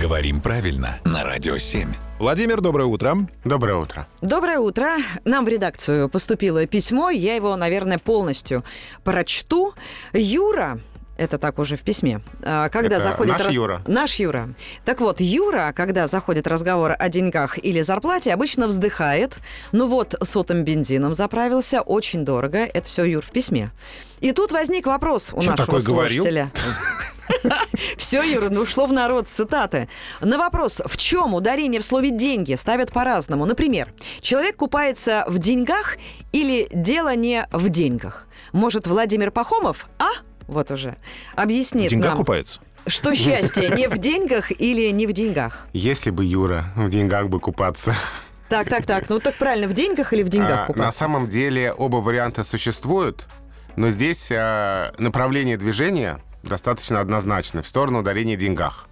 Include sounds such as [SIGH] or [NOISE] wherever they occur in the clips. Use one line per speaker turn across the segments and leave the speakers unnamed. Говорим правильно на Радио 7.
Владимир, доброе утро.
Доброе утро.
Доброе утро. Нам в редакцию поступило письмо. Я его, наверное, полностью прочту. Юра, это так уже в письме. а, Когда
Это
заходит
наш Юра?
Наш Юра. Так вот, Юра, когда заходит разговор о деньгах или зарплате, обычно вздыхает. Ну вот, сотым бензином заправился, очень дорого. Это все Юр в письме. И тут возник вопрос у
Чё
нашего
такое говорил?
слушателя. Все, Юра, ну ушло в народ с цитаты. На вопрос, в чем ударение в слове «деньги» ставят по-разному. Например, человек купается в деньгах или дело не в деньгах. Может, Владимир Пахомов, а? Вот уже. Объяснит
В деньгах
нам,
купается.
что счастье не в деньгах или не в деньгах.
Если бы Юра в деньгах бы купаться.
Так, так, так. Ну так правильно, в деньгах или в
А,
деньгах
на
купаться?
самом деле оба варианта существуют, но здесь а, направление движения достаточно однозначно в сторону ударения деньгах.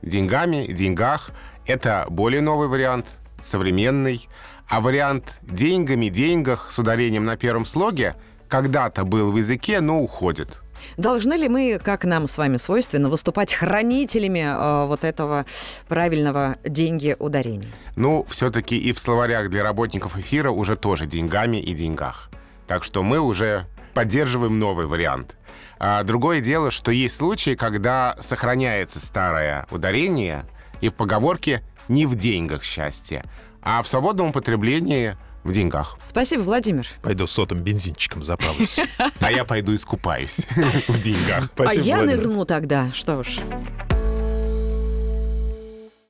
Деньгами, деньгах — это более новый вариант, современный. А вариант деньгами, деньгах с ударением на первом слоге когда-то был в языке, но уходит.
Должны ли мы, как нам с вами свойственно, выступать хранителями э, вот этого правильного деньги ударения?
Ну, все-таки и в словарях для работников эфира уже тоже деньгами и деньгах. Так что мы уже поддерживаем новый вариант. А другое дело, что есть случаи, когда сохраняется старое ударение, и в поговорке не в деньгах счастье, а в свободном употреблении в деньгах.
Спасибо, Владимир.
Пойду сотым бензинчиком заправлюсь.
А я пойду искупаюсь [LAUGHS] в деньгах.
а я
Владимир.
нырну тогда, что уж.